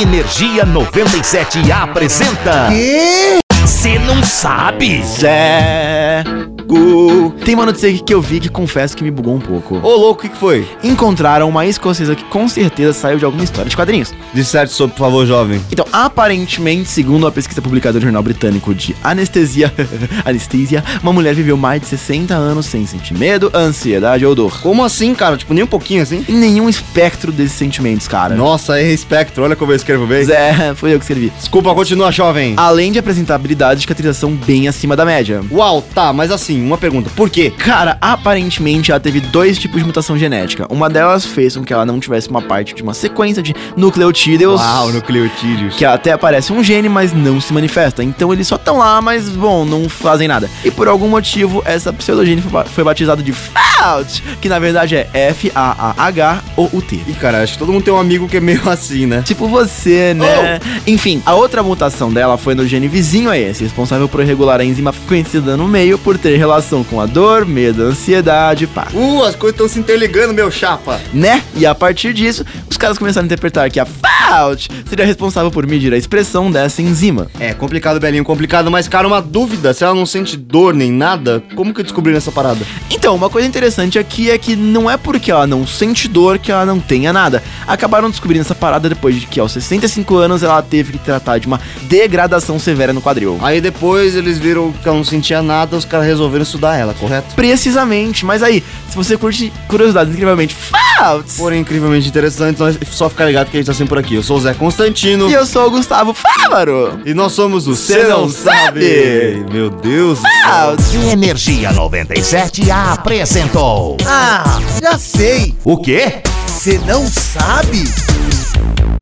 Energia 97 apresenta. Quê? Você não sabe? Zé. Gu. Tem uma notícia aqui que eu vi que confesso que me bugou um pouco. Ô, louco, o que, que foi? Encontraram uma escocesa que com certeza saiu de alguma história de quadrinhos. Disserte sobre, por favor, jovem. Então, aparentemente, segundo a pesquisa publicada no jornal britânico de anestesia, anestesia, uma mulher viveu mais de 60 anos sem sentir medo, ansiedade ou dor. Como assim, cara? Tipo, nem um pouquinho assim? Em nenhum espectro desses sentimentos, cara. Nossa, é espectro. Olha como eu escrevo bem. Zé, foi eu que escrevi. Desculpa, continua, jovem. Além de apresentar habilidades de cicatrização bem acima da média. Uau, tá, mas assim, uma pergunta. Por quê? Cara, aparentemente ela teve dois tipos de mutação genética. Uma delas fez com que ela não tivesse uma parte de uma sequência de nucleotídeos. Uau, nucleotídeos. Que até aparece um gene, mas não se manifesta. Então eles só estão lá, mas, bom, não fazem nada. E por algum motivo, essa pseudogene foi ba- foi batizada de FAUT, que na verdade é F-A-A-H ou o T. Ih, cara, acho que todo mundo tem um amigo que é meio assim, né? Tipo você, né? Enfim, a outra mutação dela foi no gene vizinho a esse, responsável por regular a enzima conhecida no meio por ter relação com a dor, medo, ansiedade, pá. Uh, as coisas estão se interligando, meu chapa. né? E a partir disso, os caras começaram a interpretar que a FAUT seria responsável por medir a expressão dessa enzima. É, complicado, Belinho, complicado, mas, cara, uma dúvida. Se ela não sente dor nem nada, como que eu descobri nessa parada? Então, uma coisa interessante aqui é que não é porque ela não sente dor que ela não tenha nada. Acabaram descobrindo essa parada depois de que aos 65 anos ela teve que tratar de uma degradação severa no quadril. Aí depois eles viram que ela não sentia nada, os caras resolveram estudar ela, correto? Precisamente, mas aí, se você curte curiosidades incrivelmente FAUTs, Porém, incrivelmente interessante, nós- só ficar ligado que a gente tá sempre por aqui. Eu sou o Zé Constantino. e eu sou o Gustavo Fávaro. E nós somos o Cê Não Não Sabe! Meu Deus do céu! FAUTs. Energia 97 apresentou. Ah, já sei! O quê? Você não sabe?